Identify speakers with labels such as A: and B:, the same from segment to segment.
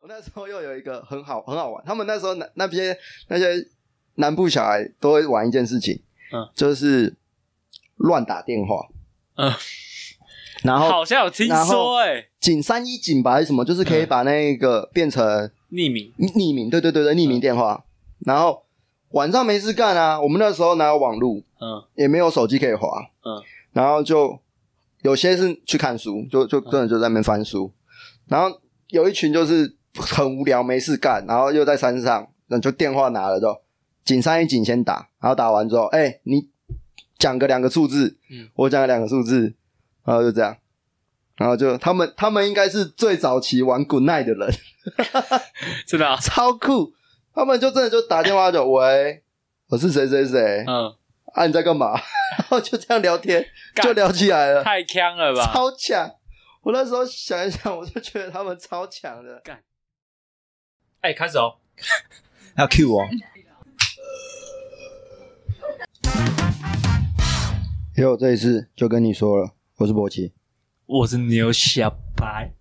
A: 我那时候又有一个很好很好玩，他们那时候那那边那些南部小孩都会玩一件事情，
B: 嗯，
A: 就是乱打电话，
B: 嗯，
A: 然后
B: 好像有听说哎、
A: 警三一警吧还是什么，就是可以
B: 嗯
A: 把那个变成
B: 匿名
A: 匿匿名，对对对对，匿名电话。然后晚上没事干啊，我们那时候哪有网路，
B: 嗯
A: 也没有手机可以滑，
B: 嗯，
A: 然后就有些是去看书，就
B: 嗯
A: 就真的就在那边翻书，然后有一群就是很无聊没事干，然后又在山上，那就电话拿了就警三一警先打，然后打完之后，哎、你讲个两个数字，
B: 嗯，
A: 我讲个两个数字，然后就这样。然后就他们，他们应该是最早期玩 Good Night 的人，
B: 真 的、啊、
A: 超酷。他们就真的就打电话就喂，我是谁谁谁，
B: 嗯
A: 啊，你在干嘛？ 然后就这样聊天，
B: 干
A: 就聊起来了，
B: 太强了吧？
A: 超强！我那时候想一想，我就觉得他们超强的。
B: 哎、开始哦，
C: 要 Q 我。
A: 因为我这一次就跟你说了，我是博奇，
B: 我是牛小白，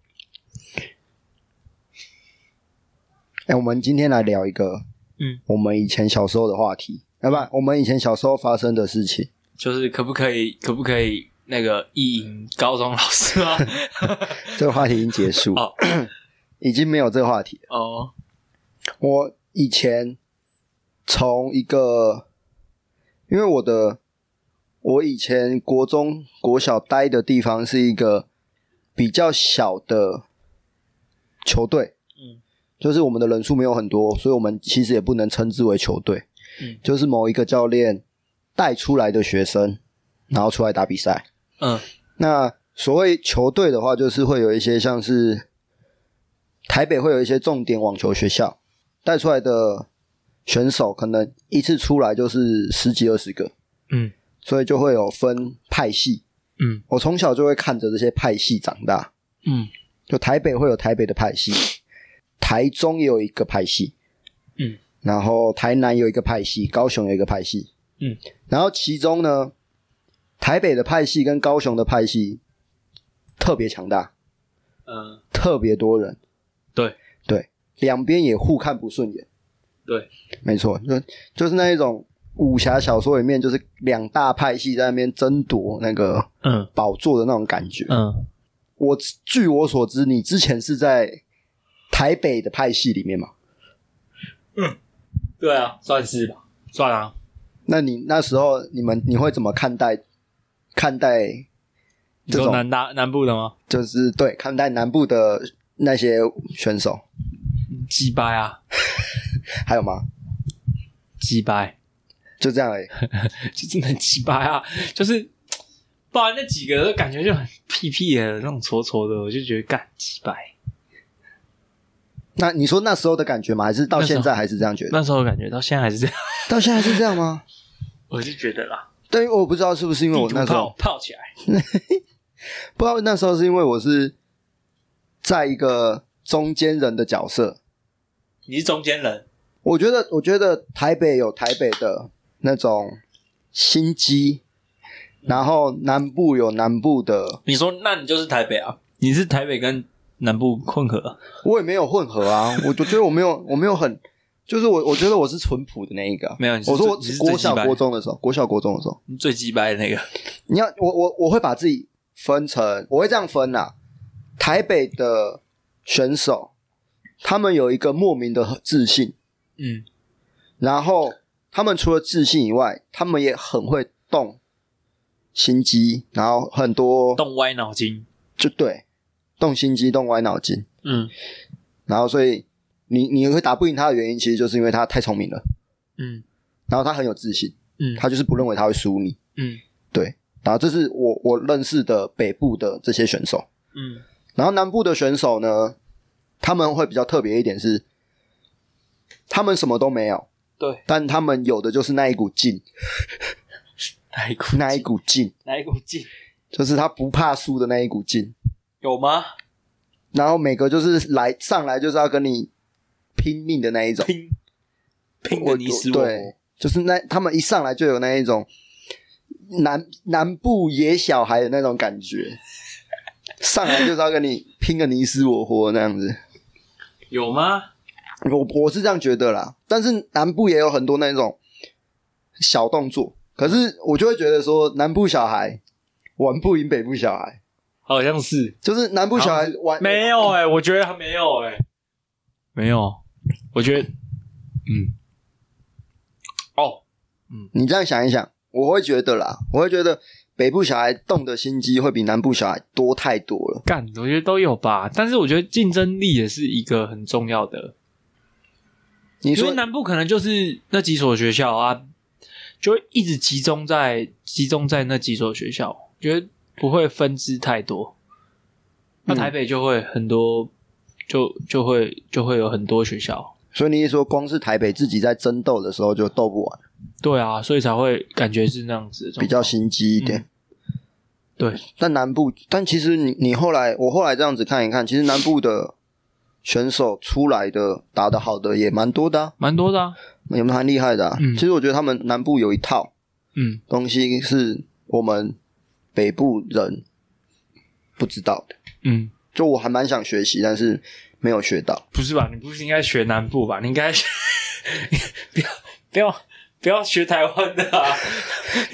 A: 哎、我们今天来聊一个，
B: 嗯，
A: 我们以前小时候的话题，要不然我们以前小时候发生的事情。
B: 就是可不可以可不可以那个意淫高中老师 啊？
A: 这个话题已经结束，
B: 哦
A: 已经没有这个话题了。
B: 哦，
A: 我以前从一个，因为我的我以前国中国小待的地方是一个比较小的球队，
B: 嗯
A: 嗯，就是我们的人数没有很多，所以我们其实也不能称之为球队，
B: 嗯
A: 就是某一个教练带出来的学生，然后出来打比赛，
B: 嗯
A: 那所谓球队的话，就是会有一些像是台北会有一些重点网球学校带出来的选手，可能一次出来就是十几二十个，
B: 嗯
A: 所以就会有分派系。
B: 嗯
A: 我从小就会看着这些派系长大，
B: 嗯
A: 就台北会有台北的派系，台中也有一个派系，
B: 嗯，
A: 然后台南有一个派系，高雄有一个派系，
B: 嗯，
A: 然后其中呢，台北的派系跟高雄的派系特别强大，
B: 嗯，
A: 特别多人，
B: 对
A: 对，两边也互看不顺眼，
B: 对，
A: 没错，就就是那一种武侠小说里面，就是两大派系在那边争夺那个
B: 嗯
A: 宝座的那种感觉。
B: 嗯，
A: 我据我所知，你之前是在台北的派系里面嘛？
B: 对啊，算是吧，算啊，
A: 那你那时候你们你会怎么看待看待
B: 你
A: 这
B: 说
A: 种
B: 南大南部的吗？
A: 就是对看待南部的那些选手
B: 鸡掰啊，
A: 还有吗？
B: 鸡掰。
A: 就这样而已。
B: 就真的很鸡巴啊！就是，不然那几个感觉就很屁屁的那种挫挫的，我就觉得干鸡巴。
A: 那你说那时候的感觉吗？还是到
B: 那时候
A: 现在还是这样觉得？
B: 那时候感觉到现在还是这样，
A: 到现在是这样吗？
B: 我就觉得啦，
A: 对，我不知道是不是因为我那时候
B: 泡泡起来，
A: 不知道那时候是因为我是在一个中间人的角色，
B: 你是中间人，
A: 我觉得，我觉得台北有台北的那种心机，然后南部有南部的，
B: 你说那你就是台北啊，你是台北跟南部混合，
A: 我也没有混合啊，我我觉得我没有，我没有很，就是我我觉得我是淳朴的那一个啊。
B: 没有你是
A: 我说我
B: 最你是最
A: 国小
B: 鸡掰
A: 国中的时候，国小国中的时候，
B: 最鸡巴的那个，
A: 你要我我我会把自己分成，我会这样分啦、台北的选手，他们有一个莫名的自信，
B: 嗯
A: 然后他们除了自信以外，他们也很会动心机，然后很多
B: 动歪脑筋，
A: 就对动心机、动歪脑筋，
B: 嗯
A: 然后所以你你会打不赢他的原因，其实就是因为他太聪明了，
B: 嗯
A: 然后他很有自信，
B: 嗯
A: 他就是不认为他会输你。
B: 嗯
A: 然后这是我我认识的北部的这些选手，
B: 嗯
A: 然后南部的选手呢，他们会比较特别一点是，他们什么都没有，
B: 对，
A: 但他们有的就是那一股劲，
B: 哪一股
A: 那一股劲。
B: 哪一股劲
A: 就是他不怕输的那一股劲。
B: 有吗？
A: 然后每个就是来上来就是要跟你拼命的那一种，
B: 拼拼
A: 我
B: 的你死我
A: 对，就是那他们一上来就有那一种南南部野小孩的那种感觉，上来就是要跟你拼个你死我活那样子。
B: 有吗？
A: 我我是这样觉得啦，但是南部也有很多那种小动作，可是我就会觉得说，南部小孩玩不赢北部小孩，
B: 好像是
A: 就是南部小孩玩
B: 没有哎、我觉得没有哎、没有，我觉得，嗯，哦，
A: 你这样想一想，我会觉得啦，我会觉得北部小孩动的心机会比南部小孩多太多了。
B: 干，我觉得都有吧，但是我觉得竞争力也是一个很重要的，
A: 你
B: 因
A: 说
B: 为南部可能就是那几所学校啊，就会一直集中在集中在那几所学校，觉得不会分支太多。
A: 嗯
B: 那台北就会很多，就就会就会有很多学校，
A: 所以你一说光是台北自己在争斗的时候就斗不完，
B: 对啊，所以才会感觉是那样子的状况，
A: 比较心机一点。
B: 嗯对，
A: 但南部，但其实你你后来我后来这样子看一看，其实南部的选手出来的打得好的也蛮多的、啊，
B: 蛮多的啊。
A: 也蛮厉害的、啊。
B: 嗯
A: 其实我觉得他们南部有一套
B: 嗯，
A: 东西是我们北部人不知道的，
B: 嗯，
A: 就我还蛮想学习，但是没有学 到。
B: 不是吧？你不是应该学南部吧？你应该学 不要不要不要学台湾的啊！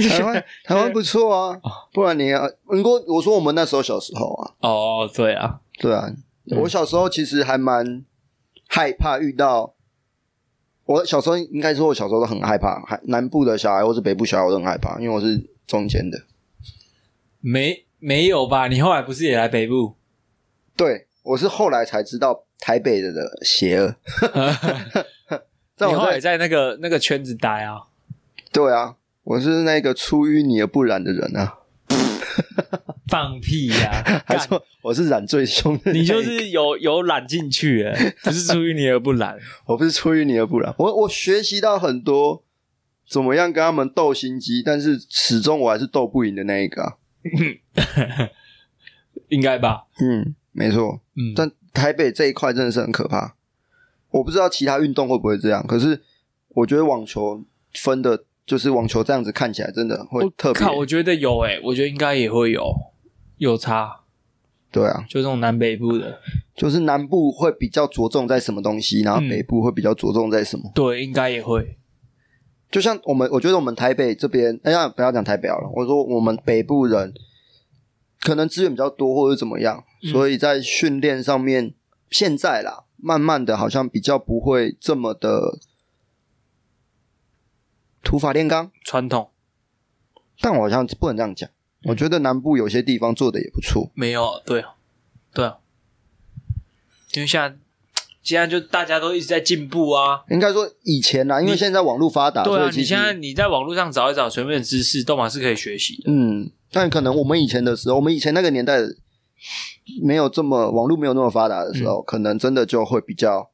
A: 台湾台湾不错啊，不然你要，不过我说我们那时候小时候啊，
B: 哦，对啊，
A: 对啊，
B: 嗯
A: 我小时候其实还蛮害怕遇到。我小时候应该说，我小时候都很害怕，还南部的小孩或是北部小孩，我都很害怕，因为我是中间的。
B: 没没有吧？你后来不是也来北部？
A: 对，我是后来才知道台北的的邪恶。 在
B: 你
A: 我
B: 后来也
A: 在
B: 在那个那个圈子待啊？
A: 对啊，我是那个出淤泥而不染的人啊，
B: 放屁呀、
A: 还
B: 干
A: 说我是染最凶的那一个。
B: 你就是有有懒进去、欸，不是出于你而不懒。
A: 我不是出于你而不然，我我学习到很多怎么样跟他们斗心机，但是始终我还是斗不赢的那一个啊、
B: 应该吧？
A: 嗯，没错。
B: 嗯，
A: 但台北这一块真的是很可怕，我不知道其他运动会不会这样，可是我觉得网球分的，就是网球这样子看起来真的会
B: 我
A: 特别
B: 靠，。我觉得有诶、我觉得应该也会有有差，
A: 对啊，
B: 就这种南北部的，
A: 就是南部会比较着重在什么东西，然后
B: 嗯
A: 北部会比较着重在什么。
B: 对，应该也会。
A: 就像我们，我觉得我们台北这边，哎呀，不要讲台北好了，我说我们北部人可能资源比较多，或者怎么样，
B: 嗯
A: 所以在训练上面，现在啦，慢慢的好像比较不会这么的土法炼钢，
B: 传统
A: 但我好像不能这样讲，
B: 嗯
A: 我觉得南部有些地方做的也不错，
B: 没有，对啊，对啊，因为现在现在就大家都一直在进步啊，
A: 应该说以前啦，因为
B: 你
A: 现在网络发达，
B: 对
A: 所
B: 啊，
A: 以其
B: 你
A: 实
B: 现在你在网络上找一找随便的知识，都嘛是可以学习的。
A: 嗯，但可能我们以前的时候，我们以前那个年代没有这么网络没有那么发达的时候，
B: 嗯
A: 可能真的就会比较，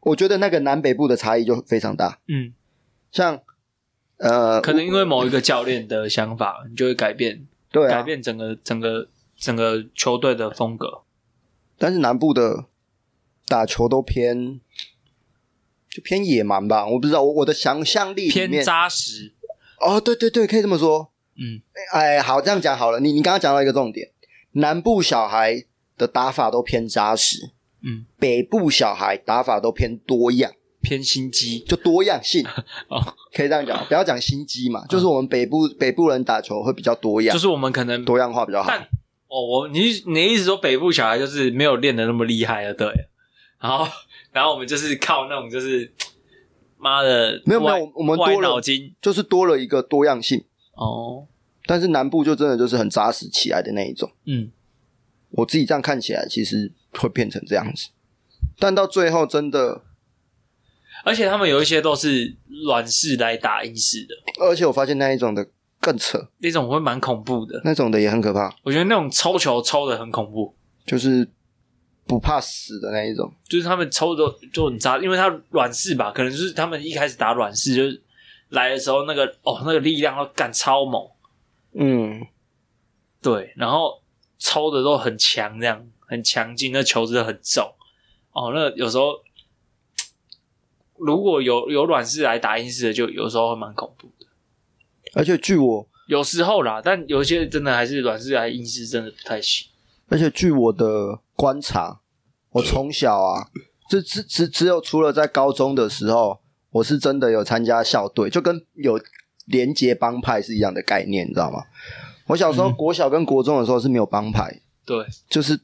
A: 我觉得那个南北部的差异就非常大。
B: 嗯，
A: 像呃，
B: 可能因为某一个教练的想法，你就会改变，
A: 对
B: 改
A: 啊，
B: 变整个整个整个球队的风格。
A: 但是南部的打球都偏就偏野蛮吧，我不知道，我我的想象力里
B: 偏
A: 面
B: 扎实。
A: 哦，对对对，可以这么说。
B: 嗯，
A: 哎，好，这样讲好了。你你刚刚讲到一个重点，南部小孩的打法都偏扎实，
B: 嗯，
A: 北部小孩打法都偏多样，
B: 偏心机。
A: 就多样性
B: 哦，嗯
A: 可以这样讲，不要讲心机嘛，就是我们北部北部人打球会比较多样
B: 就，是我们可能
A: 多样化比较好。
B: 但哦，我你你的意思说北部小孩就是没有练的那么厉害了，对。然后然后我们就是靠那种就是妈的
A: 没有没有
B: 歪
A: 我们多了
B: 歪脑筋
A: 就是多了一个多样性，
B: 哦，
A: 但是南部就真的就是很扎实起来的那一种。
B: 嗯，
A: 我自己这样看起来，其实会变成这样子，但到最后真的，
B: 而且他们有一些都是软式来打硬式的
A: 而且我发现那一种的更扯，
B: 那种，会蛮恐怖的。
A: 那种的也很可怕。
B: 我觉得那种抽球抽的很恐怖，
A: 就是不怕死的那一种。
B: 就是他们抽的就很扎，因为他软式吧，可能就是他们一开始打软式就是来的时候那个哦那个力量都干超猛。
A: 嗯，
B: 对，然后抽的都很强，这样很强劲，那球真的很重。哦，那有时候如果有有软式来打硬式的，就有时候会蛮恐怖的。
A: 而且据我，
B: 有时候啦，但有些真的还是软式来硬式真的不太行。
A: 而且据我的观察，我从小啊，就只只只有除了在高中的时候，我是真的有参加校队，就跟有连结帮派是一样的概念，你知道吗？我小时候
B: 嗯
A: 国小跟国中的时候是没有帮派，
B: 对，
A: 就是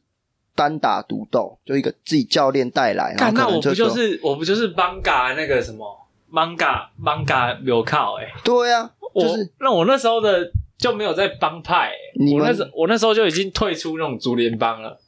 A: 单打独斗，就一个自己教练带来，然
B: 干
A: 后
B: 那
A: 可
B: 我
A: 能
B: 不就
A: 说
B: 是我不就是 manga 那个什么 manga manga 有靠哎、
A: 对啊，
B: 我、
A: 就是
B: 那我那时候的就没有在帮派、欸，
A: 你
B: 我
A: 们
B: 那时我那时候就已经退出那种竹联帮了。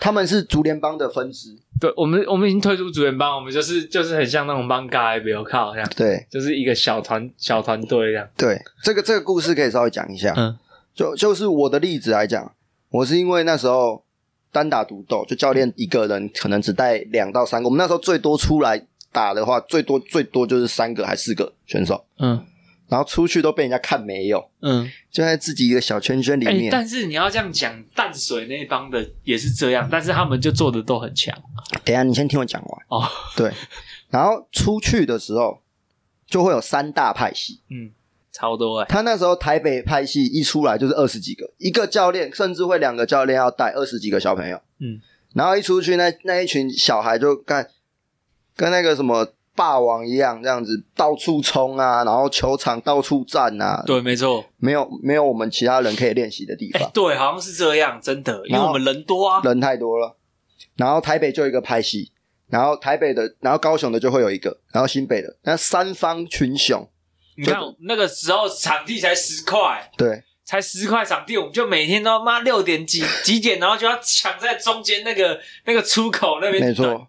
A: 他们是竹联帮的分支，
B: 对，我们我们已经退出竹联帮，我们就是就是很像那种帮嘎不要靠这样，
A: 对
B: 就是一个小团小团队这样。
A: 对，这个这个故事可以稍微讲一下，
B: 嗯
A: 就就是我的例子来讲，我是因为那时候单打独斗，就教练一个人可能只带两到三个，我们那时候最多出来打的话，最多最多就是三个还四个选手，
B: 嗯
A: 然后出去都被人家看没有，
B: 嗯，
A: 就在自己一个小圈圈里
B: 哎、
A: 面。
B: 但是你要这样讲，淡水那一帮的也是这样，但是他们就做的都很强
A: 等一下，你先听我讲完。
B: 哦。
A: 对，然后出去的时候就会有三大派系，
B: 嗯，超多哎、
A: 他那时候台北派系一出来就是二十几个，一个教练甚至会两个教练要带二十几个小朋友。
B: 嗯，
A: 然后一出去那那一群小孩就干跟那个什么霸王一样，这样子到处冲啊，然后球场到处站啊，
B: 对，没错。
A: 没有没有我们其他人可以练习的地
B: 哎、
A: 方，
B: 对，好像是这样，真的，因为
A: 然后
B: 我们人多啊。
A: 人太多了。然后台北就有一个派系，然后台北的，然后高雄的就会有一个，然后新北的，那三方群雄，
B: 你看那个时候场地才十块，
A: 对
B: 才十块场地，我们就每天都妈六点几几点，然后就要抢在中间那个那个出口那边。
A: 没错。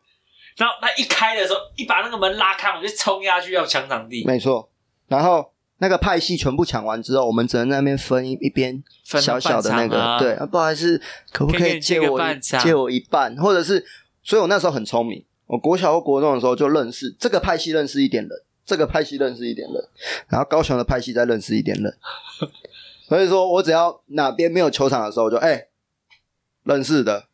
B: 然后他一开的时候，一把那个门拉开，我就冲下去要抢场地，
A: 没错。然后那个派系全部抢完之后，我们只能在那边分一一边
B: 分
A: 小小的那
B: 半
A: 个，
B: 场啊
A: 对、啊，不好意思，可不
B: 可以给
A: 以
B: 你借
A: 借
B: 个
A: 我一
B: 半场
A: 借我一半，或者是，所以我那时候很聪明，我国小或国中的时候就认识这个派系，认识一点人，这个派系认识一点人，然后高雄的派系再认识一点人， 所以说我只要哪边没有球场的时候我就，哎，认识的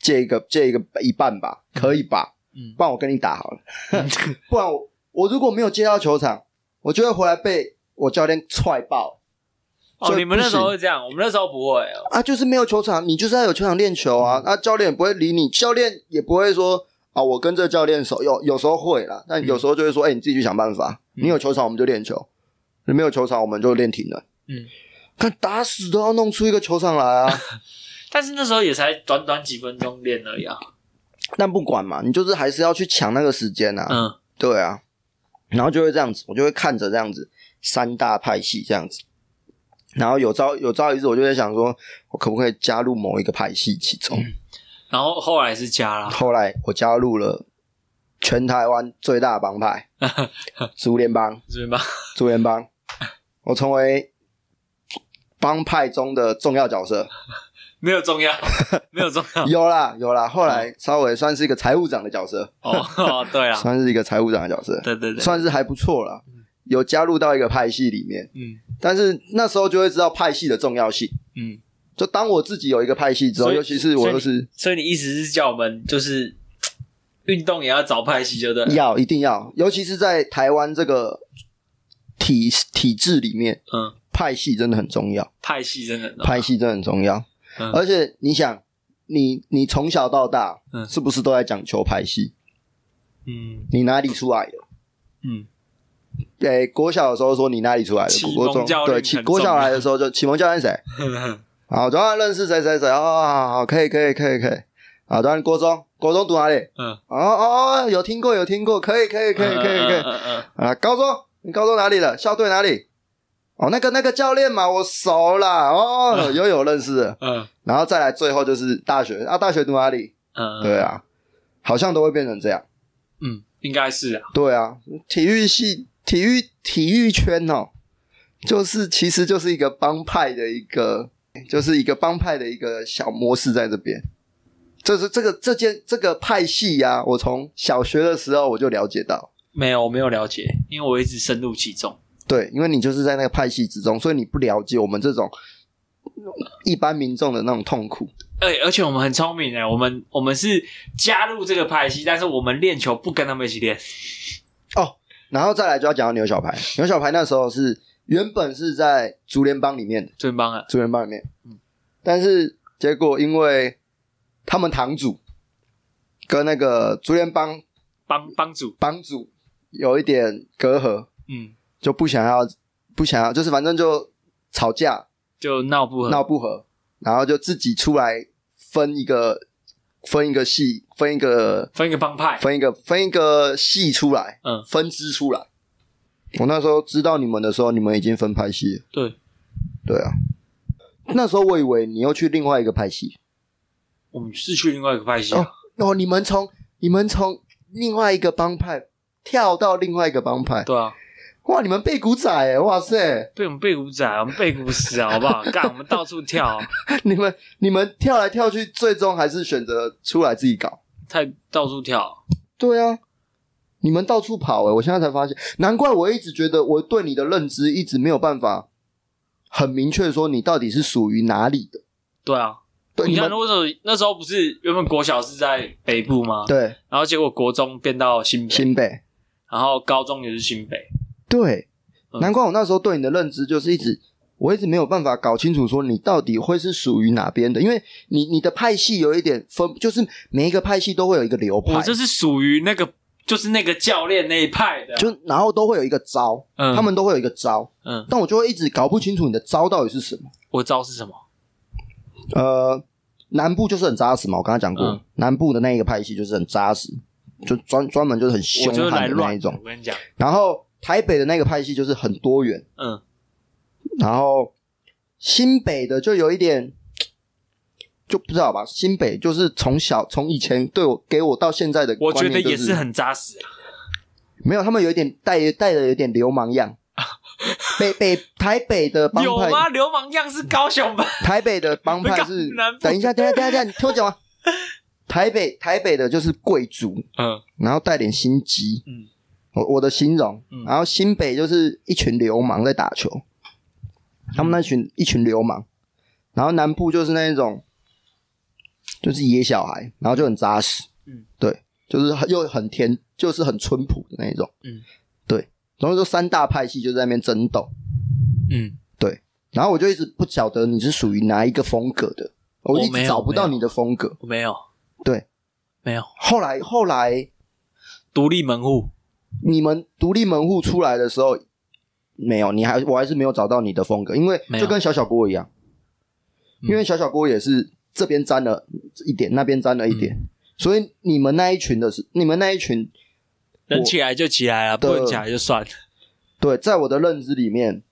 A: 借一个借一个一半吧，可以吧？
B: 嗯
A: 不然我跟你打好了， 不然我我如果没有接到球场，我就会回来被我教练踹爆
B: 哦，
A: 所以
B: 你们那时
A: 不
B: 候
A: 行
B: 会这样，我们那时候不会哦。
A: 啊！就是没有球场，你就是要有球场练球
B: 嗯
A: 啊！啊，教练也不会理你，教练也不会说啊，我跟这个教练熟，有有时候会啦，但有时候就会说，哎、你自己去想办法。
B: 嗯
A: 你有球场我们就练球，你没有球场我们就练体能。
B: 嗯，
A: 看打死都要弄出一个球场来啊！
B: 但是那时候也才短短几分钟练而已啊。
A: 但不管嘛，你就是还是要去抢那个时间啊。
B: 嗯
A: 对啊，然后就会这样子，我就会看着这样子三大派系这样子，然后有朝有朝一日，我就在想说，我可不可以加入某一个派系其中？
B: 嗯然后后来是加啦，
A: 后来我加入了全台湾最大的帮 派竹联帮，
B: 这边吧。
A: 竹联帮，我成为帮派中的重要角 色。
B: 没有 重要，没有重要。
A: 有啦有啦，后来稍微算是一个财务长的角色，
B: 哦，哦嗯对啦，
A: 算是一个财务长的角色，
B: 对对对，
A: 算是还不错啦，有加入到一个派系里面。
B: 嗯
A: 但是那时候就会知道派系的重要性。
B: 嗯。
A: 就当我自己有一个派系之后，
B: 所以
A: 尤其是我又是
B: 所以你意思是叫我们就是运动也要找派系，就对了。
A: 要一定要，尤其是在台湾这个体体制里面，
B: 嗯，
A: 派系真的很重要，
B: 派系真的很重要
A: 派系真的很重要。
B: 嗯
A: 而且你想，你你从小到大，
B: 嗯
A: 是不是都在讲求派系？
B: 嗯
A: 你哪里出来的？
B: 嗯，
A: 诶、国小的时候说你哪里出来
B: 启
A: 的？
B: 蒙
A: 国中
B: 教练
A: 对，
B: 很
A: 启
B: 重要
A: 国小来的时候就启蒙教练谁？好，当然认识谁谁谁哦，好好，可以可以可以可以。好，当然国中，国中读哪里？
B: 嗯，
A: 哦哦，哦有听过有听过，可以可以可以可以可以。
B: 嗯嗯
A: 啊，高中你高中哪里的？校队哪里？哦，那个那个教练嘛，我熟啦。哦，
B: 嗯
A: 有有认识的。
B: 嗯
A: 然后再来最后就是大学啊，大学读哪里？
B: 嗯，
A: 对啊，好像都会变成这样。
B: 嗯，应该是啊，
A: 对啊，体育系体育体育圈哦，就是其实就是一个帮派的一个，就是一个帮派的一个小模式在这边。这是这个这件这个派系呀、我从小学的时候我就了解到，
B: 没有我没有了解，因为我一直深入其中。
A: 对，因为你就是在那个派系之中，所以你不了解我们这种一般民众的那种痛苦。
B: 而而且我们很聪明哎，我们我们是加入这个派系，但是我们练球不跟他们一起练。
A: 然后再来就要讲到牛小排，牛小排那时候是原本是在竹联帮里面的。
B: 最棒了，
A: 主人帮里
B: 嗯
A: 面，但是结果因为他们堂主跟那个竹联帮
B: 帮帮主，
A: 帮主有一点隔阂，
B: 嗯，
A: 就不想要不想要，就是反正就吵架
B: 就闹不和，
A: 闹不和，然后就自己出来分一个分一个系分一个
B: 分一个帮派，
A: 分一个分一个系出来，
B: 嗯，
A: 分支出来。我那时候知道你们的时候，你们已经分派系了，
B: 对，
A: 对啊。那时候我以为你又去另外一个派系
B: 我们是去另外一个派系啊、
A: 哦，你们从你们从另外一个帮派跳到另外一个帮派，
B: 对啊，
A: 哇，你们被鼓仔哎，哇塞，
B: 被我们被鼓仔，我们被鼓死啊，好不好？ 干，我们到处跳、啊，
A: 你们你们跳来跳去，最终还是选择出来自己搞。
B: 太到处跳，
A: 对啊，你们到处跑哎、我现在才发现，难怪我一直觉得我对你的认知一直没有办法很明确说你到底是属于哪里的。
B: 对啊。
A: 对，
B: 你
A: 你
B: 看
A: 们
B: 那时候那时候不是原本国小是在北部吗？
A: 对
B: 然后结果国中变到新北，
A: 新北，
B: 然后高中也是新北，
A: 对，
B: 嗯
A: 难怪我那时候对你的认知就是一直。我一直没有办法搞清楚，说你到底会是属于哪边的，因为你你的派系有一点分，就是每一个派系都会有一个流派
B: 我，这是属于那个就是那个教练那一派的，
A: 就然后都会有一个招，
B: 嗯
A: 他们都会有一个招，
B: 嗯，
A: 但我就会一直搞不清楚你的招到底是什么。
B: 我知道是什么，
A: 呃，南部就是很扎实嘛，我刚刚讲过，
B: 嗯
A: 南部的那一个派系就是很扎实，就专专门就是很
B: 我
A: 凶
B: 就是来
A: 悍的那
B: 乱
A: 一
B: 的，
A: 种
B: 我。跟你讲，
A: 然后台北的那个派系就是很多元，
B: 嗯，
A: 然后新北的就有一点。就不知道吧，新北就是从小从以前对我给我到现在的
B: 我
A: 观
B: 觉
A: 念、
B: 得
A: 就是，
B: 也是很扎实啊，
A: 没有，他们有一点带带的有点流氓样。 北北台北的帮
B: 有啊
A: 派，
B: 吗？流氓样是高雄吧？
A: 台北的帮派是
B: 不敢南部
A: 等一下，等一下，等一下，等一 下，你听我讲完。啊台北台北的就是贵族，
B: 嗯
A: 然后带点心机，
B: 嗯
A: 我我的形容。
B: 嗯
A: 然后新北就是一群流氓在打球，他们那
B: 嗯
A: 群一群流氓，然后南部就是那一种，就是野小孩，然后就很扎实，
B: 嗯，
A: 对，就是很又很甜，就是很淳朴的那一种，
B: 嗯，
A: 对。然后就三大派系就在那边争斗，
B: 嗯，
A: 然后我就一直不晓得你是属于哪一个风格的，我
B: 我
A: 一
B: 没
A: 直
B: 有
A: 找不到
B: 没有
A: 你的风格。
B: 我没有，
A: 对，
B: 没有
A: 后来后来
B: 独立门户，
A: 你们独立门户出来的时候，没有，你还我还是没有找到你的风格，因为
B: 没有
A: 就跟小小郭一样，
B: 嗯
A: 因为小小郭也是这边沾了一点，那边沾了一点，
B: 嗯
A: 所以你们那一群的是你们那一群，
B: 能起来就起来啊了，不
A: 的
B: 能起来就算了，
A: 对，在我的认知里面，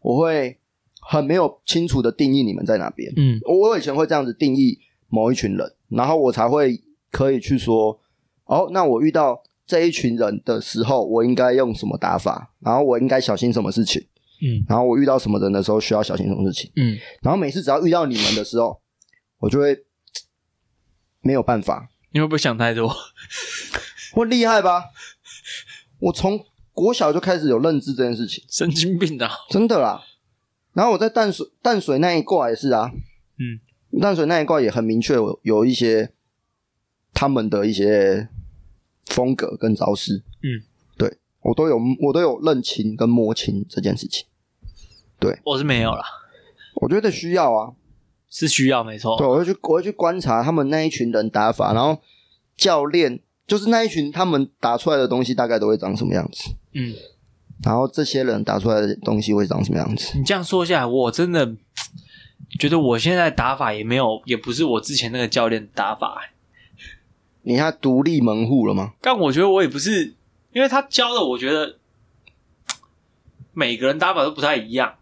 A: 我会很没有清楚的定义你们在哪边。
B: 嗯
A: 我以前会这样子定义某一群人，然后我才会可以去说，哦，那我遇到这一群人的时候，我应该用什么打法，然后我应该小心什么事情，
B: 嗯
A: 然后我遇到什么人的时候需要小心什么事情，
B: 嗯，
A: 然后每次只要遇到你们的时候，我就会嘖没有办法，
B: 你会不会想太多？
A: 我厉害吧？我从国小就开始有认知这件事情，
B: 神经病的啊，
A: 真的啦。然后我在淡水淡水那一挂也是啊，
B: 嗯，
A: 淡水那一挂也很明确有有一些他们的一些风格跟招式，
B: 嗯，
A: 对我都有我都有认清跟摸清这件事情，
B: 我是没有啦，
A: 我觉得需要啊，
B: 是需要没错
A: 对，，我会去我会去观察他们那一群人打法，然后教练就是那一群他们打出来的东西大概都会长什么样子，
B: 嗯，
A: 然后这些人打出来的东西会长什么样子，
B: 你这样说下来，我真的觉得我现在打法也没有，也不是我之前那个教练打法、欸。
A: 你看独立门户了吗？
B: 但我觉得我也不是，因为他教的，我觉得每个人打法都不太一样，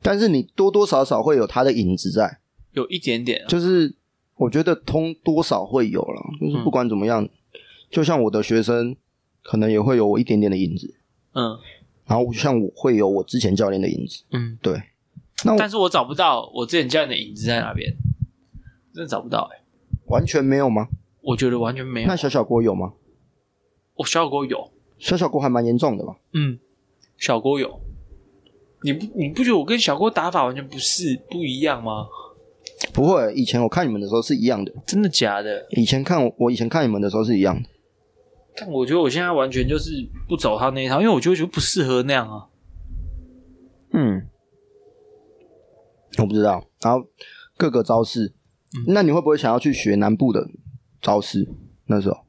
A: 但是你多多少少会有他的影子在，
B: 有一点点啊、
A: 就是我觉得通多少会有了，
B: 嗯
A: 就是不管怎么样，就像我的学生可能也会有我一点点的影子，
B: 嗯
A: 然后像我会有我之前教练的影子，
B: 嗯。
A: 对。那我
B: 但是我找不到我之前教练的影子在哪边，真的找不到哎、
A: 完全没有吗？
B: 我觉得完全没有
A: 那。小小郭有吗？
B: 我小郭有，
A: 小小郭还蛮严重的吧？
B: 嗯，小郭有。你不你不觉得我跟小郭打法完全不是不一样吗？
A: 不会，以前我看你们的时候是一样的。
B: 真的假的？
A: 以前看我，我以前看你们的时候是一样的。
B: 但我觉得我现在完全就是不走他那一套，因为我觉得就不适合那样啊。
A: 嗯，我不知道。然后各个招式，
B: 嗯
A: 那你会不会想要去学南部的招式？那时候，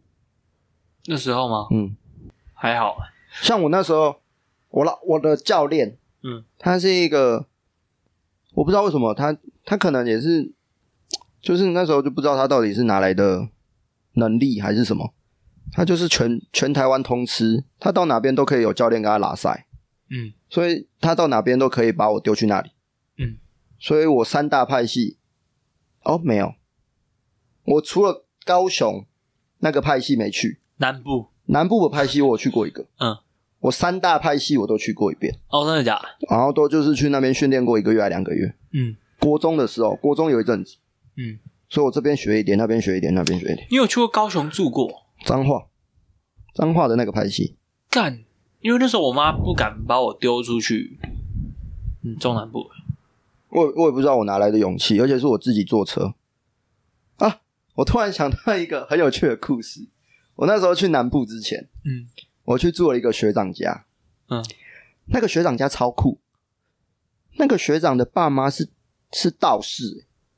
B: 那时候吗？
A: 嗯，
B: 还好，
A: 像我那时候，我老我的教练，
B: 嗯，
A: 他是一个，我不知道为什么他他可能也是，就是那时候就不知道他到底是哪来的能力还是什么，他就是全全台湾通吃，他到哪边都可以有教练跟他拉塞，
B: 嗯
A: 所以他到哪边都可以把我丢去那里，
B: 嗯，
A: 所以我三大派系，哦没有，我除了高雄那个派系没去，
B: 南部
A: 南部的派系我有去过一个，
B: 嗯，
A: 我三大派系我都去过一遍，
B: 哦，真的假的？
A: 然后都就是去那边训练过一个月还两个月。
B: 嗯
A: 国中的时候，国中有一阵子，
B: 嗯，
A: 所以我这边学一点，那边学一点，那边学一点。
B: 你有去过高雄住过？
A: 彰化，彰化的那个派系，
B: 干，因为那时候我妈不敢把我丢出去，嗯，中南部。
A: 我我也不知道我哪来的勇气，而且是我自己坐车。啊，我突然想到一个很有趣的故事。我那时候去南部之前，
B: 嗯
A: 我去住了一个学长家，
B: 嗯，
A: 那个学长家超酷，那个学长的爸妈是是道士、欸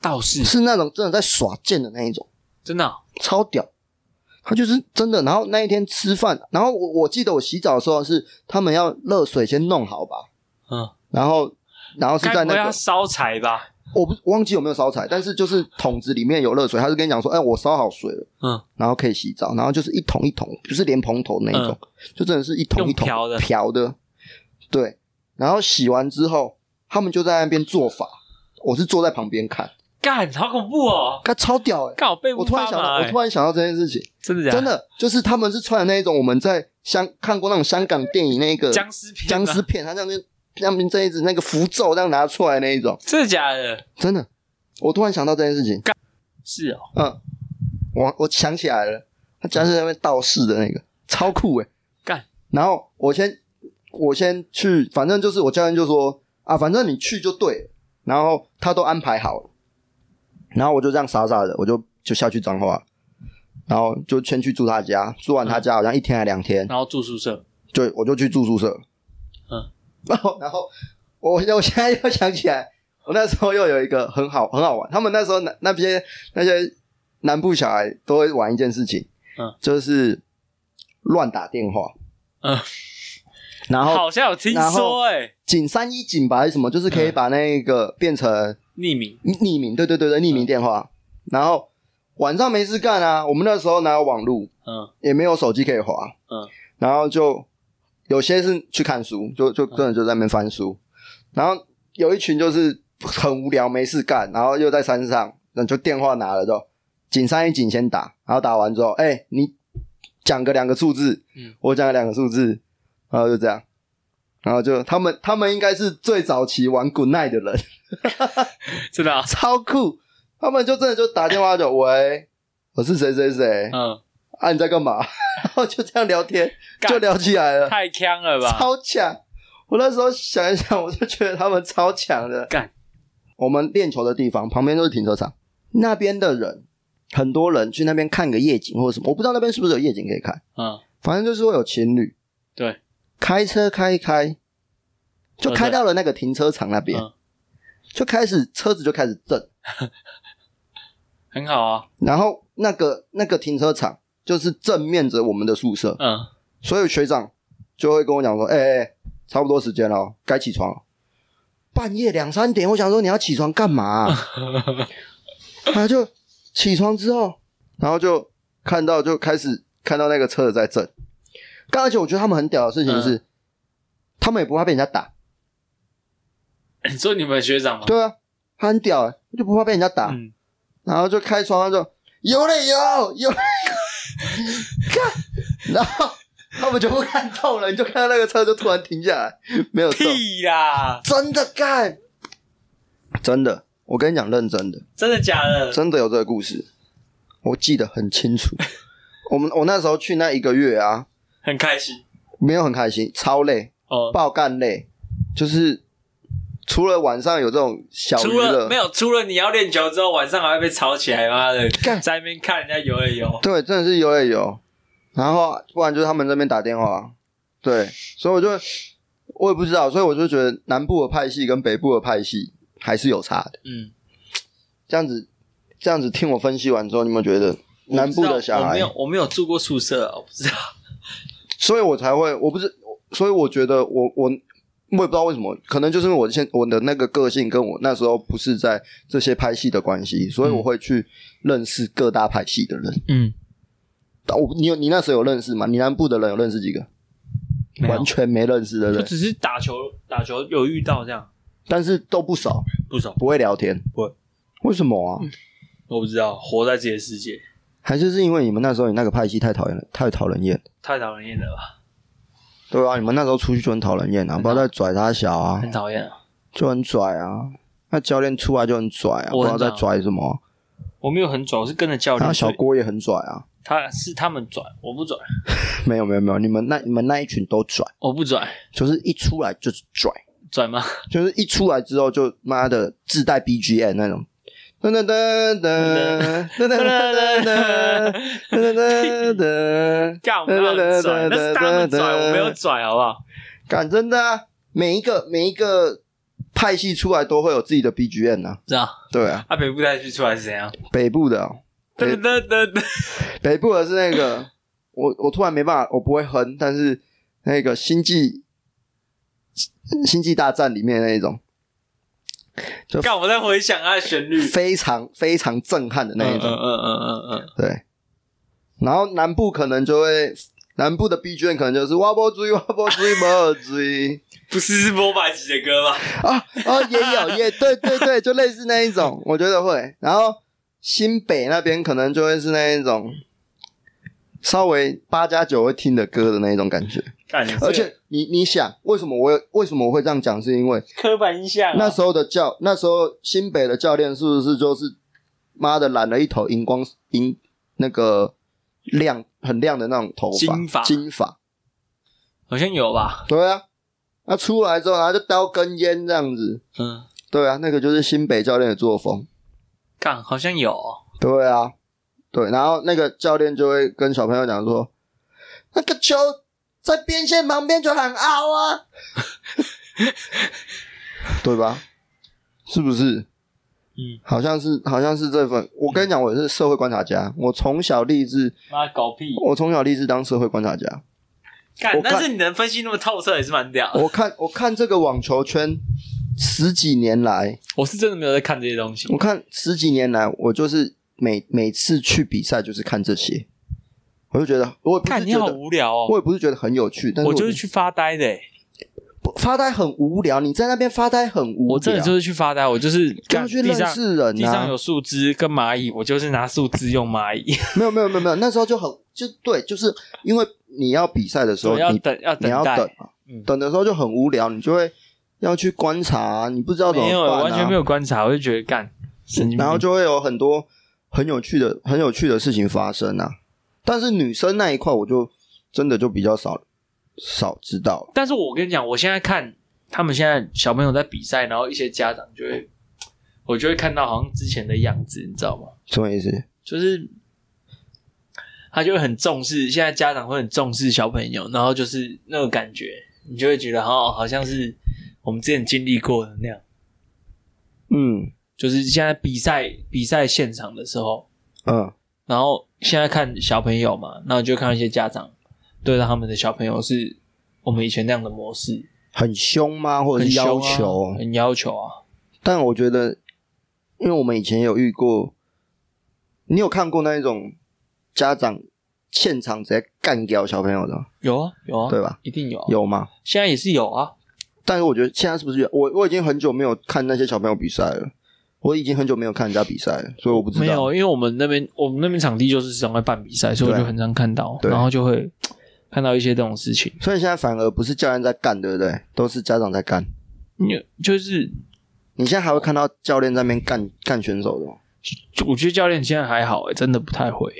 B: 倒是
A: 是那种真的在耍剑的那一种，
B: 真的哦、
A: 超屌。他就是真的，然后那一天吃饭，然后我我记得我洗澡的时候是他们要热水先弄好吧，
B: 嗯，
A: 然后然后是
B: 该
A: 在
B: 不会
A: 那
B: 要
A: 个
B: 烧柴吧？
A: 我不我忘记有没有烧柴，但是就是桶子里面有热水，他就跟你讲说，哎，我烧好水了，
B: 嗯，
A: 然后可以洗澡，然后就是一桶一桶，不是莲蓬头那一种，就真的是一桶一桶
B: 嗯用瓢的
A: 瓢的，对，然后洗完之后，他们就在那边做法，我是坐在旁边看，
B: 干，好恐怖哦！
A: 看超屌哎、
B: 干，我背部
A: 我突然想到，
B: 发麻
A: 我
B: 欸
A: 突然想到这件事情，
B: 真的假
A: 真的就是他们是穿的那一种我们在香看过那种香港电影那个
B: 僵尸片啊吗，
A: 僵尸片，他这样就那边这一直那个符咒这样拿出来那一种，
B: 真的假的？
A: 真的，我突然想到这件事情，
B: 是哦，
A: 嗯，我我想起来了，他僵尸在那边道士的那个超酷诶、
B: 干，
A: 然后我先我先去，反正就是我教练就说啊，反正你去就对了，然后他都安排好了，然后我就这样傻傻的，我就就下去彰化了，然后就先去住他家，住完他家好像一天还两天，
B: 然后住宿舍，
A: 就我就去住宿舍。
B: 嗯，
A: 然后然后我我现在又想起来，我那时候又有一个很好很好玩，他们那时候那那些那些南部小孩都会玩一件事情，
B: 嗯，
A: 就是乱打电话，
B: 嗯，
A: 然后
B: 好像有听
A: 然后
B: 说哎、
A: 警三一警吧还是什么，就是可以把那个变成
B: 匿名，
A: 匿匿名，对对对对，匿名电话，然后晚上没事干啊，我们那时候哪有网路，
B: 嗯
A: 也没有手机可以滑，
B: 嗯，
A: 然后就有些是去看书，就
B: 嗯
A: 就真的就在那边翻书，然后有一群就是很无聊没事干，然后又在山上，那就电话拿了就警三一警先打，然后打完之后，哎、你讲个两个数字，
B: 嗯
A: 我讲个两个数字，然后就这样。然后就他们，他们应该是最早期玩 Good Night 的人，
B: 真的、啊，
A: 超酷。他们就真的就打电话就喂，我是谁谁谁，
B: 嗯，
A: 啊，你在干嘛？ 然后就这样聊天，
B: 干
A: 就聊起来了，
B: 嗯太强了吧？
A: 超强！我那时候想一想，我就觉得他们超强的。
B: 干，
A: 我们练球的地方旁边都是停车场，那边的人很多人去那边看个夜景或者什么，我不知道那边是不是有夜景可以看，
B: 嗯，
A: 反正就是会有情侣
B: 对，
A: 开车开一开，就
B: 哦
A: 开
B: 对
A: 到了那个停车场那边，
B: 嗯
A: 就开始车子就开始震，
B: 很好啊，
A: 然后那个那个停车场就是正面着我们的宿舍，
B: 嗯，
A: 所以学长就会跟我讲说：“哎、哎、哎差不多时间了哦，该起床了。”半夜两三点，我想说你要起床干嘛、 啊？他就起床之后，然后就看到就开始看到那个车子在震。刚而且我觉得他们很屌的事情是，他们也不怕被人家打。
B: 你说你们学长吗？
A: 对啊，他很屌、欸，就不怕被人家打。
B: 嗯，
A: 然后就开窗，他就有嘞有 有嘞，看，然后他们就不敢动了，你就看到那个车就突然停下来，没有动，
B: 屁啦，
A: 真的干，真的，我跟你讲，认真的，
B: 真的假的？
A: 真的有这个故事，我记得很清楚。我们我那时候去那一个月啊，
B: 很开心
A: 没有很开心，超累，
B: 哦。
A: 爆干累，就是除了晚上有这种小
B: 除
A: 娱乐
B: 了没，有，除了你要练球之后，晚上还会被吵起来，妈的，
A: 干
B: 在那边看人家游了游，
A: 对，真的是有也有，然后不然就是他们那边打电话，对，所以我就我也不知道，所以我就觉得南部的派系跟北部的派系还是有差的。
B: 嗯，
A: 这样子，这样子听我分析完之后，你有没有觉得
B: 我不
A: 南
B: 知
A: 部
B: 道
A: 的小
B: 我
A: 孩
B: 没，有我没有住过宿舍啊，我不知道。
A: 所以我才会，我不是，所以我觉得我我我也不知道为什么，可能就是因为我现我的那个个性跟我那时候不是在这些拍戏的关系，所以我会去认识各大拍戏的人。
B: 嗯，
A: 但我哦你有你那时候有认识吗？你南部的人有认识几个？
B: 没有
A: 完全没认识的
B: 就
A: 人，
B: 只是打球打球有遇到这样，
A: 但是都不少，
B: 不熟，
A: 不会聊天，
B: 不会，嗯
A: 为什么啊？
B: 我不知道，活在自己的世界
A: 还是是因为你们那时候你那个派系太讨厌了，太讨人厌，
B: 太讨人厌了吧，
A: 对啊，你们那时候出去就很讨人厌啊，不知道在拽他小啊，
B: 很讨厌啊！
A: 就很拽啊。那教练出来就很拽啊，不
B: 我
A: 知
B: 很
A: 道在拽什么啊。
B: 我没有很拽，我是跟着教
A: 然
B: 练，
A: 后小郭也很拽啊，
B: 他是他们拽，我不拽，
A: 没有没有没有，你们那你们那一群都拽，
B: 我不拽，
A: 就是一出来就是拽，
B: 拽 吗？
A: 就是一出来之后就妈的自带 BGM 那种。噔噔噔噔噔噔噔噔噔噔噔噔，
B: 干我没有拽，那是他们拽，我没有拽，好不好？
A: 干真的啊！每一个每一个派系出来都会有自己的 BGM 啊，
B: 是啊，
A: 对啊，
B: 啊，北部带去出来是怎样？
A: 北部的、哦，
B: 噔噔噔噔，
A: 北部的是那个，我我突然没办法，我不会哼，但是那个星际星际大战里面那一种
B: 干我在回想他的旋律，
A: 非常非常震撼的那一
B: 嗯
A: 种，
B: 嗯嗯嗯嗯，
A: 对。然后南部可能就会，南部的 B G M 可能就是哇波追哇波追波追
B: 不是是波百吉的歌吗？
A: 啊啊也有也对对对，就类似那一种， 我觉得会。然后新北那边可能就会是那一种稍微八加九会听的歌的那一种感觉。
B: 干，你这个
A: 而且你你想，为什么我有为什么我会这样讲？是因为
B: 刻板印象啊，
A: 那时候的教，那时候新北的教练是不是就是妈的染了一头荧光荧那个亮很亮的那种头发，
B: 金发
A: 金发，
B: 好像有吧？
A: 对啊，那出来之后，然后就叼根烟这样子，
B: 嗯，
A: 对啊，那个就是新北教练的作风，
B: 干好像有哦，
A: 对啊，对，然后那个教练就会跟小朋友讲说，那个球在边线旁边就很凹 啊，对吧？是不是？
B: 嗯，
A: 好像是，好像是这份。我跟你讲，我是社会观察家，我从小立志，
B: 妈狗屁！
A: 我从小立志当社会观察家。
B: 干
A: 我，看
B: 但是你能分析那么透彻也是蛮屌的。
A: 我 看，我看这个网球圈十几年来，
B: 我是真的没有在看这些东西
A: 我看十几年来，我就是每每次去比赛就是看这些，我就觉得，我也不
B: 看
A: 是
B: 你
A: 觉
B: 好
A: 得
B: 无聊
A: 我
B: 哦，
A: 也不是觉得很有趣，但是
B: 我
A: 我
B: 就是
A: 觉
B: 去发呆的欸，
A: 得不发呆很无聊。你在那边发呆很无聊，
B: 我真的就是去发呆，我就是
A: 就
B: 干
A: 要去
B: 地
A: 认
B: 上
A: 识人
B: 地上
A: 啊
B: 有。树枝跟蚂蚁，我就是拿树枝用蚂蚁，
A: 没有没有没有没有，那时候就很就对，就是因为你要比赛的时候，
B: 我要
A: 你
B: 等要
A: 你要
B: 等
A: 等
B: 待，
A: 啊
B: 嗯，
A: 等的时候就很无聊，你就会要去观察啊，你不知道怎么
B: 没有
A: 办啊，
B: 完全没有观察，我就觉得干神经
A: 然后
B: 病。
A: 就会有很多很有趣的、很有趣的事情发生啊。但是女生那一块，我就真的就比较少少知道了。
B: 但是我跟你讲，我现在看他们现在小朋友在比赛，然后一些家长就会，我就会看到好像之前的样子，你知道吗？
A: 什么意思？
B: 就是他就会很重视，现在家长会很重视小朋友，然后就是那个感觉，你就会觉得哦，好像是我们之前经历过的那样。
A: 嗯
B: 就是现在比赛比赛现场的时候，
A: 嗯
B: 然后现在看小朋友嘛，然后就看到一些家长对待他们的小朋友是我们以前那样的模式，
A: 很凶吗？或者
B: 很
A: 是要
B: 凶啊
A: 求？
B: 很要求啊。
A: 但我觉得，因为我们以前有遇过，你有看过那一种家长现场直接干掉小朋友的吗，
B: 有啊，有啊，
A: 对吧？
B: 一定有、啊，
A: 有吗？
B: 现在也是有啊。
A: 但是我觉得现在是不是有我我已经很久没有看那些小朋友比赛了，我已经很久没有看人家比赛了，所以我不知道。
B: 没有，因为我们那边我们那边场地就是常会办比赛，所以我
A: 对啊
B: 就很常看到，
A: 对
B: 然后就会看到一些这种事情。
A: 所以现在反而不是教练在干，对不对？都是家长在干。
B: 你就是
A: 你现在还会看到教练在那边干干选手的吗？
B: 我觉得教练现在还好、欸，真的不太会、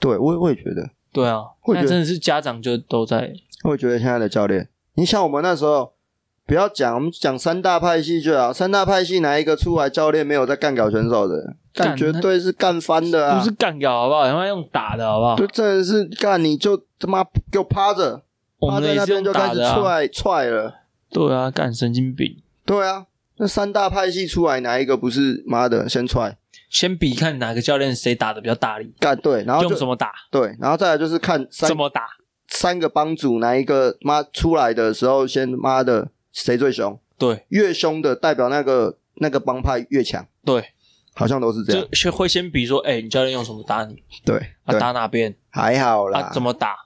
A: 对，我也我也觉得，
B: 对啊，
A: 会觉
B: 那
A: 得
B: 真的是家长就都在
A: 我也觉得现在的教练，你像我们那时候，不要讲，我们讲三大派系就好。三大派系哪一个出来教练没有在干搞选手的？
B: 干
A: 干绝对是干翻的啊！
B: 不是，干掉好不好？然后用打的好不好？
A: 就真的是干，你就他妈给我趴着，
B: 我
A: 趴
B: 们
A: 在
B: 也
A: 那
B: 是
A: 边
B: 用
A: 就开
B: 打
A: 始
B: 的、啊，
A: 踹踹了。
B: 对啊，干神经病。
A: 对啊，那三大派系出来哪一个不是妈的先踹？
B: 先比看哪个教练谁打的比较大力，
A: 干对，然后
B: 用
A: 就
B: 什么打，
A: 对，然后再来就是看三
B: 怎么打，
A: 三个帮主哪一个妈出来的时候，先妈的谁最凶，
B: 对
A: 越凶的代表那个那个帮派越强，
B: 对，
A: 好像都是这样。
B: 就先会先比说，哎、你教练用什么打你
A: 对
B: 啊？
A: 对，
B: 打哪边
A: 还好啦。
B: 啊？怎 么打？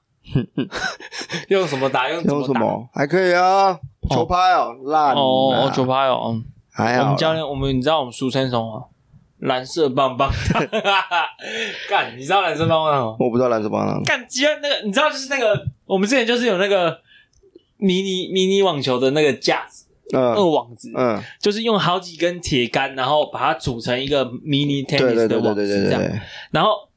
B: 用什么打？用怎
A: 用
B: 么
A: 什
B: 打？
A: 么？还可以啊，球拍哦，烂
B: 哦，
A: 啦
B: 九拍哦，嗯
A: 还
B: 我
A: 好
B: 们教
A: 啦。
B: 练，我们你知道我们俗称什么吗？蓝色棒棒 糖，干，你知道蓝色棒棒糖吗？
A: 我不知道篮球棒了，
B: 干，只要那个，你知道就是那个，我们之前就是有那个迷你迷你网球的那个架子，二
A: 嗯
B: 网子，
A: 嗯，
B: 就是用好几根铁杆，然后把它组成一个迷你
A: 对对
B: tennis
A: 对
B: 的
A: 对
B: 网
A: 对
B: 子
A: 对
B: 这样。
A: 对，
B: 然后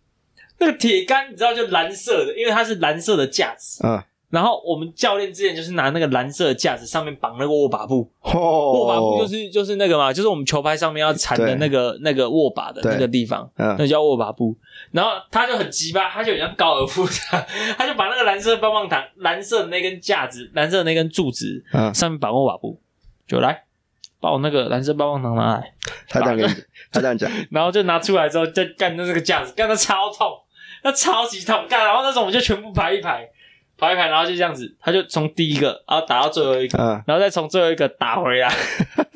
B: 那个铁杆你知道就蓝色的，因为它是蓝色的架子。
A: 嗯，
B: 然后我们教练之前就是拿那个蓝色的架子上面绑那个握把布，握把布
A: 哦，
B: 就是就是那个嘛，就是我们球拍上面要缠的
A: 对
B: 那个那个握把的
A: 对
B: 那个地方，
A: 嗯
B: 那叫握把布。然后他就很鸡巴，他就很像高尔夫这样， 他就把那个蓝色棒棒糖、蓝色的那根架子、蓝色的那根柱子
A: 嗯，
B: 上面绑握把布，就来把我那个蓝色棒棒糖拿来，
A: 他这样跟你， 他这样讲，
B: 然后就拿出来之后，再干那这个架子，干的超痛，那超级痛，干。然后那时候我们就全部排一排，排一排，然后就这样子，他就从第一个，然后打到最后一个，
A: 嗯，
B: 然后再从最后一个打回来，看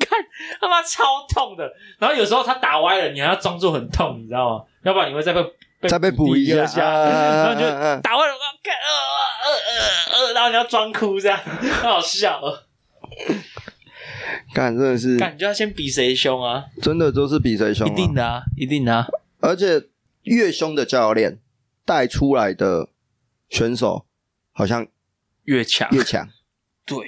B: 他妈超痛的。然后有时候他打歪了，你还要装作很痛，你知道吗？要不然你会再被被
A: 再被补
B: 第
A: 一
B: 一个
A: 下，
B: 然后
A: 嗯嗯
B: 你就
A: 嗯嗯
B: 打歪了，我要干呃呃呃呃，然后你要装哭这样，很好笑哦。
A: 干真的是，
B: 感觉要先比谁凶啊，
A: 真的都是比谁凶
B: 一
A: 啊，
B: 定的啊，一定的啊，
A: 而且越凶的教练带出来的选手好像
B: 越强
A: 越强，
B: 对。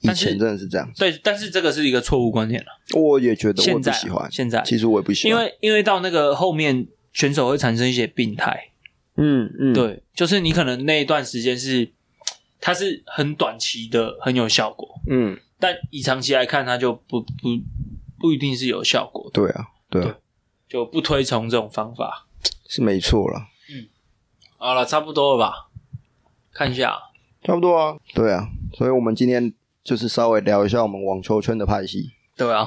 A: 以
B: 但是
A: 前真的是这样，
B: 对，但是这个是一个错误观念了。
A: 我也觉得我
B: 现
A: 不
B: 在啊
A: 喜欢，
B: 现在，
A: 其实我也不喜
B: 因
A: 欢，
B: 为因为到那个后面，选手会产生一些病态。
A: 嗯嗯，
B: 对，就是你可能那一段时间是，它是很短期的，很有效果，
A: 嗯，
B: 但以长期来看，它就不不不一定是有效果的，
A: 对啊，对
B: 对
A: 啊，
B: 就不推崇这种方法。
A: 是没错啦。
B: 好了，差不多了吧？看一下，
A: 差不多啊，对啊，所以我们今天就是稍微聊一下我们网球圈的派系。
B: 对啊，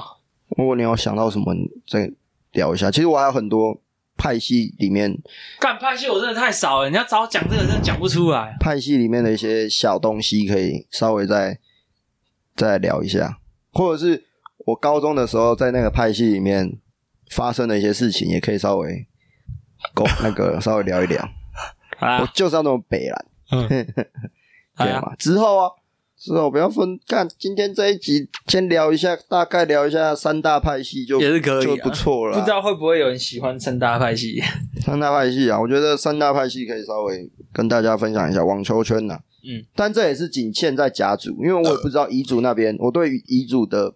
A: 如果你有想到什么，你再聊一下。其实我还有很多派系里面
B: 干派系我真的太少了，你要找我讲这个真的讲不出来。
A: 派系里面的一些小东西，可以稍微再再聊一下，或者是我高中的时候在那个派系里面发生的一些事情，也可以稍微沟那个稍微聊一聊。我
B: 好啦，
A: 就是要那么北蓝，
B: 啊 嗯，好
A: 对
B: 啦，
A: 嘛？之后啊，之后不要分干。今天这一集先聊一下，大概聊一下三大派系就
B: 也是可以啊
A: 就不错了
B: 不
A: 啊。
B: 知道会不会有人喜欢称大派系？
A: 三大派系啊，我觉得三大派系可以稍微跟大家分享一下网球圈呐、啊
B: 嗯，
A: 但这也是仅限在甲组，因为我也不知道乙组那
B: 嗯
A: 边，我对于乙组的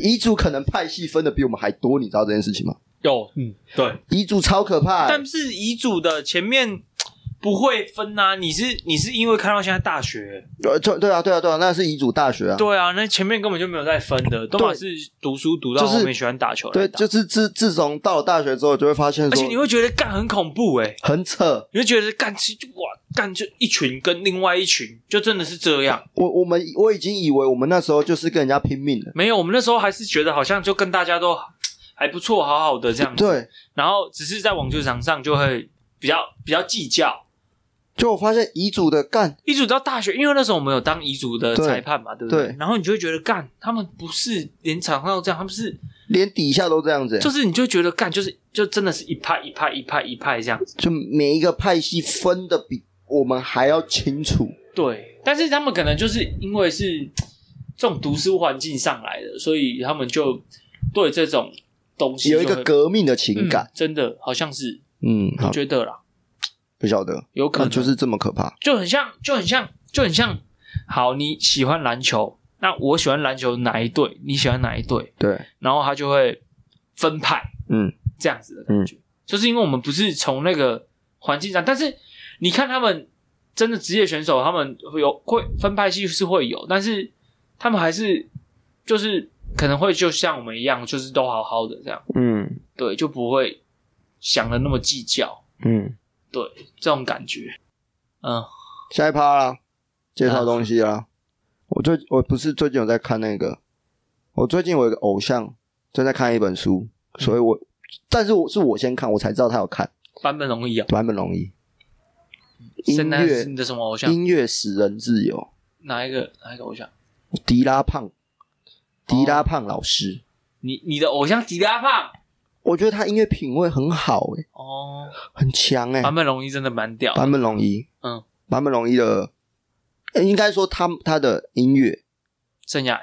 A: 乙组可能派系分的比我们还多，你知道这件事情吗？
B: 有，嗯，对。
A: 乙组超可怕欸、
B: 但是遗嘱的前面不会分呐、你是你是因为看到现在大学，
A: 呃，对对啊，对啊，对啊，那是乙组大学啊。
B: 对啊，那前面根本就没有在分的，都嘛是读书读到
A: 就是
B: 后面喜欢打球来
A: 对，
B: 打，
A: 就是自自从到了大学之后，就会发现
B: 啊而且你
A: 说
B: 会觉得干很恐怖诶、
A: 很扯，
B: 你会觉得干是哇干就一群跟另外一群就真的是这样，
A: 我我们我已经以为我们那时候就是跟人家拼命了，
B: 没有我们那时候还是觉得好像就跟大家都还不错，好好的这样子，
A: 对，
B: 然后只是在网球场上就会比较比较计较。
A: 就我发现遗嘱的干，
B: 遗嘱到大学，因为那时候我们有当遗嘱的裁判嘛，对不对？
A: 对
B: 然后你就会觉得，干，他们不是连场上都这样，他们是
A: 连底下都这样子欸，就
B: 就
A: 是
B: 你就会觉得干，就是就真的是一派一派一派一派这样子。
A: 就每一个派系分的比我们还要清楚，
B: 对，但是他们可能就是因为是这种读书环境上来的，所以他们就对这种东西
A: 有一
B: 就
A: 个
B: 会
A: 革命的情感
B: 嗯。真的好像是
A: 嗯，
B: 我
A: 好，
B: 觉得啦，
A: 不晓得，
B: 有可
A: 那
B: 能
A: 就是这么可怕。
B: 就很像，就很像，就很像。好，你喜欢篮球，那我喜欢篮球哪一队？你喜欢哪一队？
A: 对，
B: 然后他就会分派，
A: 嗯，
B: 这样子的感觉。就是因为我们不是从那个环境上，但是你看他们真的职业选手，他们会有会分派系是会有，但是他们还是就是可能会就像我们一样，就是都好好的这样，
A: 嗯
B: 对，就不会想的那么计较
A: 嗯，
B: 这种感觉。嗯，
A: 下一趴啦，介绍东西
B: 啊
A: 啦。我最我不是最近有在看那个，我最近我有一个偶像正在看一本书，所以我但是我是我先看，我才知道他有看
B: 版本容易啊。
A: 版本容易。音
B: 现在嗯是
A: 乐
B: 你的什么偶像？
A: 音乐使人自由，
B: 哪一个哪一个偶像？
A: 迪拉胖，迪拉胖老师，
B: 你你的偶像迪拉胖
A: 我觉得他音乐品味很好、欸，
B: 哦，
A: 很强哎、
B: 版本容易真的蛮屌的。
A: 版本龙一，
B: 嗯，
A: 版本龙一的，呃应该说他他的音乐，
B: 生涯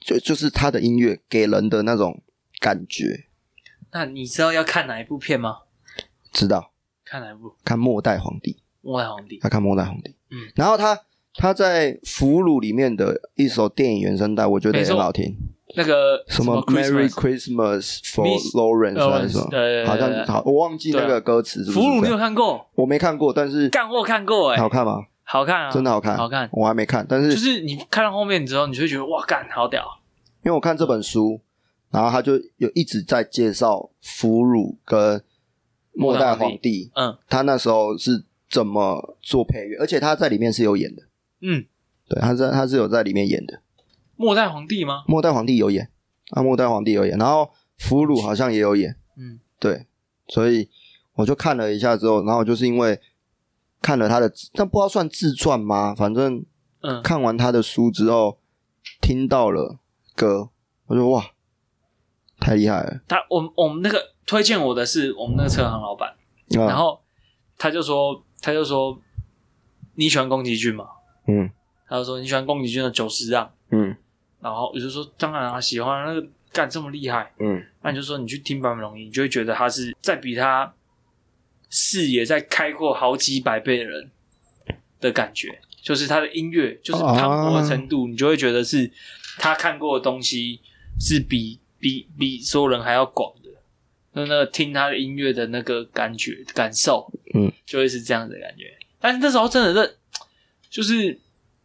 A: 就就是他的音乐给人的那种感觉，
B: 那你知道要看哪一部片吗？
A: 知道？
B: 看哪一部？《
A: 看末代皇帝，
B: 末代皇帝》。
A: 他看末代皇帝，
B: 嗯，
A: 然后他他在《俘虏》里面的一首电影原声带，我觉得也
B: 没错
A: 很好听，
B: 那个
A: 什么 Merry
B: Christmas
A: Christmas for
B: Miss
A: Lawrence 啊还是什
B: Lawrence，对
A: 么，
B: 对对
A: 好像
B: 对
A: 好，我忘记那
B: 对啊
A: 个歌词是
B: 俘
A: 不
B: 虏你有
A: 是？
B: 看过？
A: 我没看过，但是
B: 干我看过哎、
A: 好看吗？
B: 好看啊，
A: 真的好看，
B: 好看。
A: 我还没看，但是
B: 就是你看到后面之后，你就会觉得哇，干好屌，
A: 因为我看这本书，然后他就有一直在介绍俘虏跟末代皇帝，
B: 嗯
A: 他那时候是怎么做配乐，而且他在里面是有演的，
B: 嗯，
A: 对，他在他是有在里面演的，
B: 末代皇帝吗？
A: 末代皇帝有演，啊，末代皇帝有演，然后俘虏好像也有演，
B: 嗯，
A: 对，所以我就看了一下之后，然后就是因为看了他的，但不知道算自传吗？反正
B: 嗯，
A: 看完他的书之后，听到了歌，我就哇，太厉害了。
B: 他我们我们那个推荐我的是我们那个车行老板，
A: 啊
B: 然后他就说他就说你喜欢宫崎骏吗？
A: 嗯
B: 他就说你喜欢宫崎骏的九十让，
A: 嗯
B: 然后我就说当然啊，喜欢啊那个干这么厉害，
A: 嗯
B: 那你就说你去听坂本龙一，你就会觉得他是在比他视野再开阔好几百倍的人的感觉，就是他的音乐，就是
A: 哦
B: 磅礴的程度，你就会觉得是他看过的东西是比比比所有人还要广的。那那个听他的音乐的那个感觉感受，
A: 嗯，
B: 就会是这样的感觉。但是那时候真的是，就是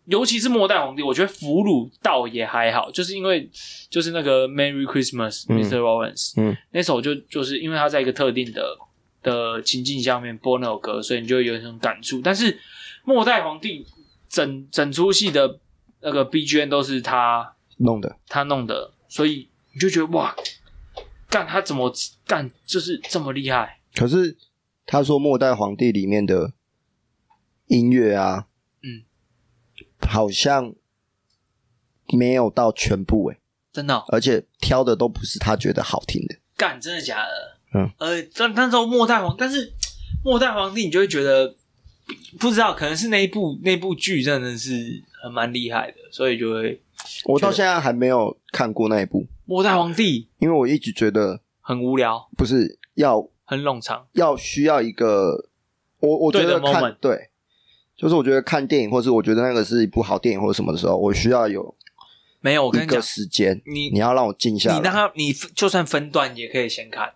B: 尤其是末代皇帝，我觉得俘虏倒也还好，就是因为就是那个 Merry Christmas
A: 嗯
B: Mr. Lawrence，
A: 嗯，
B: 那首就就是因为他在一个特定的的情境下面播那首歌，所以你就会有一种感触。但是末代皇帝整整出戏的那个 BGM 都是他
A: 弄的，
B: 他弄的，所以你就觉得哇，干他怎么干就是这么厉害？
A: 可是他说《末代皇帝》里面的音乐啊，
B: 嗯，
A: 好像没有到全部诶、
B: 真的哦、
A: 而且挑的都不是他觉得好听的。
B: 干，真的假的？
A: 嗯，
B: 呃，但但是末代皇，但是末代皇帝，你就会觉得不知道，可能是那一部那部剧真的是很蛮厉害的，所以就会
A: 我到现在还没有看过那一部，
B: 末代皇帝
A: 因为我一直觉得
B: 很无聊，
A: 不是要
B: 很冗长。
A: 要需要一个，我我觉
B: 对
A: 得
B: 的
A: 看
B: moment
A: 对，就是我觉得看电影，或是我觉得那个是一部好电影或者什么的时候，我需要有
B: 没有，我跟
A: 一
B: 你
A: 个
B: 讲，
A: 时间，
B: 你
A: 你要让我静
B: 你
A: 下
B: 让
A: 来，
B: 他你就算分段也可以先看，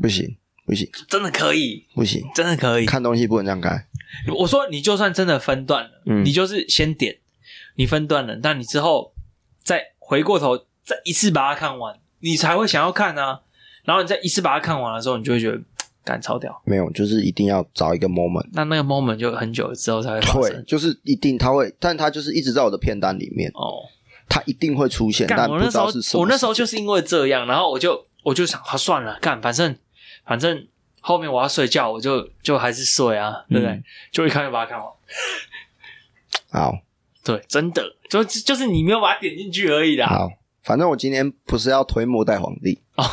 A: 不行不行
B: 真的可以，
A: 不行，
B: 真的可以。
A: 看东西不能这样看，
B: 我说你就算真的分段了，
A: 嗯
B: 你就是先点，你分段了，但你之后再回过头再一次把它看完，你才会想要看啊。然后你再一次把它看完的时候，你就会觉得感超屌。
A: 没有，就是一定要找一个 moment。
B: 那那个 moment 就很久之后才会发
A: 对，
B: 生。
A: 就是一定他会，但他就是一直在我的片单里面，
B: 哦，
A: 他一定会出现，但
B: 干！
A: 不
B: 我那
A: 知
B: 时候
A: 道是什么。
B: 我那时候就是因为这样，然后我就我就想，啊，算了，干，反正反正后面我要睡觉，我就就还是睡啊，对不对？
A: 嗯
B: 就一看就把它看完。
A: 好
B: 对，真的，就就是你没有把它点进去而已啦。
A: 好，反正我今天不是要推末代皇帝，
B: 哦，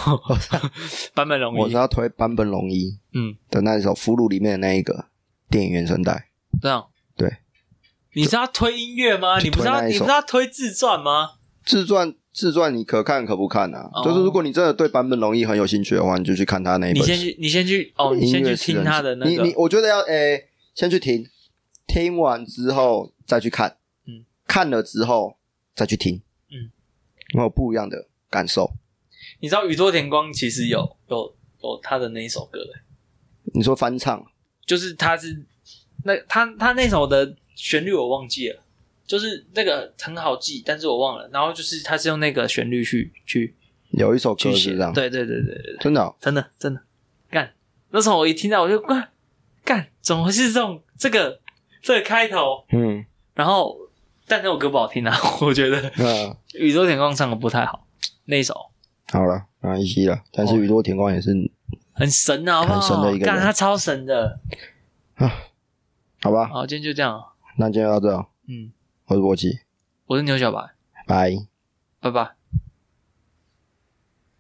B: 版本容易，
A: 我是要推坂本龙一
B: 嗯，
A: 的那一首《俘虏》里面的那一个电影原声带。
B: 这样
A: 对，
B: 你是要推音乐吗？
A: 就
B: 你不是要
A: 推那一
B: 你
A: 首
B: 不是要推自传吗？
A: 自传自传你可看可不看啊？
B: 哦
A: 就是如果你真的对坂本龙一很有兴趣的话，你就去看他那一
B: 你
A: 本
B: 先
A: 书。
B: 去，你先去，哦，你先
A: 音
B: 去
A: 乐是
B: 听
A: 人
B: 他
A: 生
B: 的那
A: 你你
B: 个，
A: 我觉得要诶、先去听，听完之后再去看，
B: 嗯，
A: 看了之后再去听，
B: 嗯，
A: 会有不一样的感受。
B: 你知道宇多田光其实有有有他的那一首歌，
A: 你说翻唱，
B: 就是他是那他他那首的旋律我忘记了，就是那个很好记，但是我忘了。然后就是他是用那个旋律去去
A: 有一首歌
B: 去
A: 是
B: 写
A: 这
B: 的
A: 样，，
B: 对对对对对，
A: 真的哦、
B: 真的真的干。那时候我一听到我就干干，怎么会是这种这个这个开头？
A: 嗯，
B: 然后， 但那首歌不好听啊，我觉得
A: 那
B: 宇宙天光唱的不太好，那一首
A: 好了，那一期了。但是雨落天光也是，
B: 很神啊，好不好？
A: 很神的一个人
B: 干他超神的。
A: 好吧，
B: 好，今天就这样。
A: 那今天就到这哦，
B: 嗯，
A: 我是波奇，
B: 我是牛小白，
A: 拜。
B: 拜拜。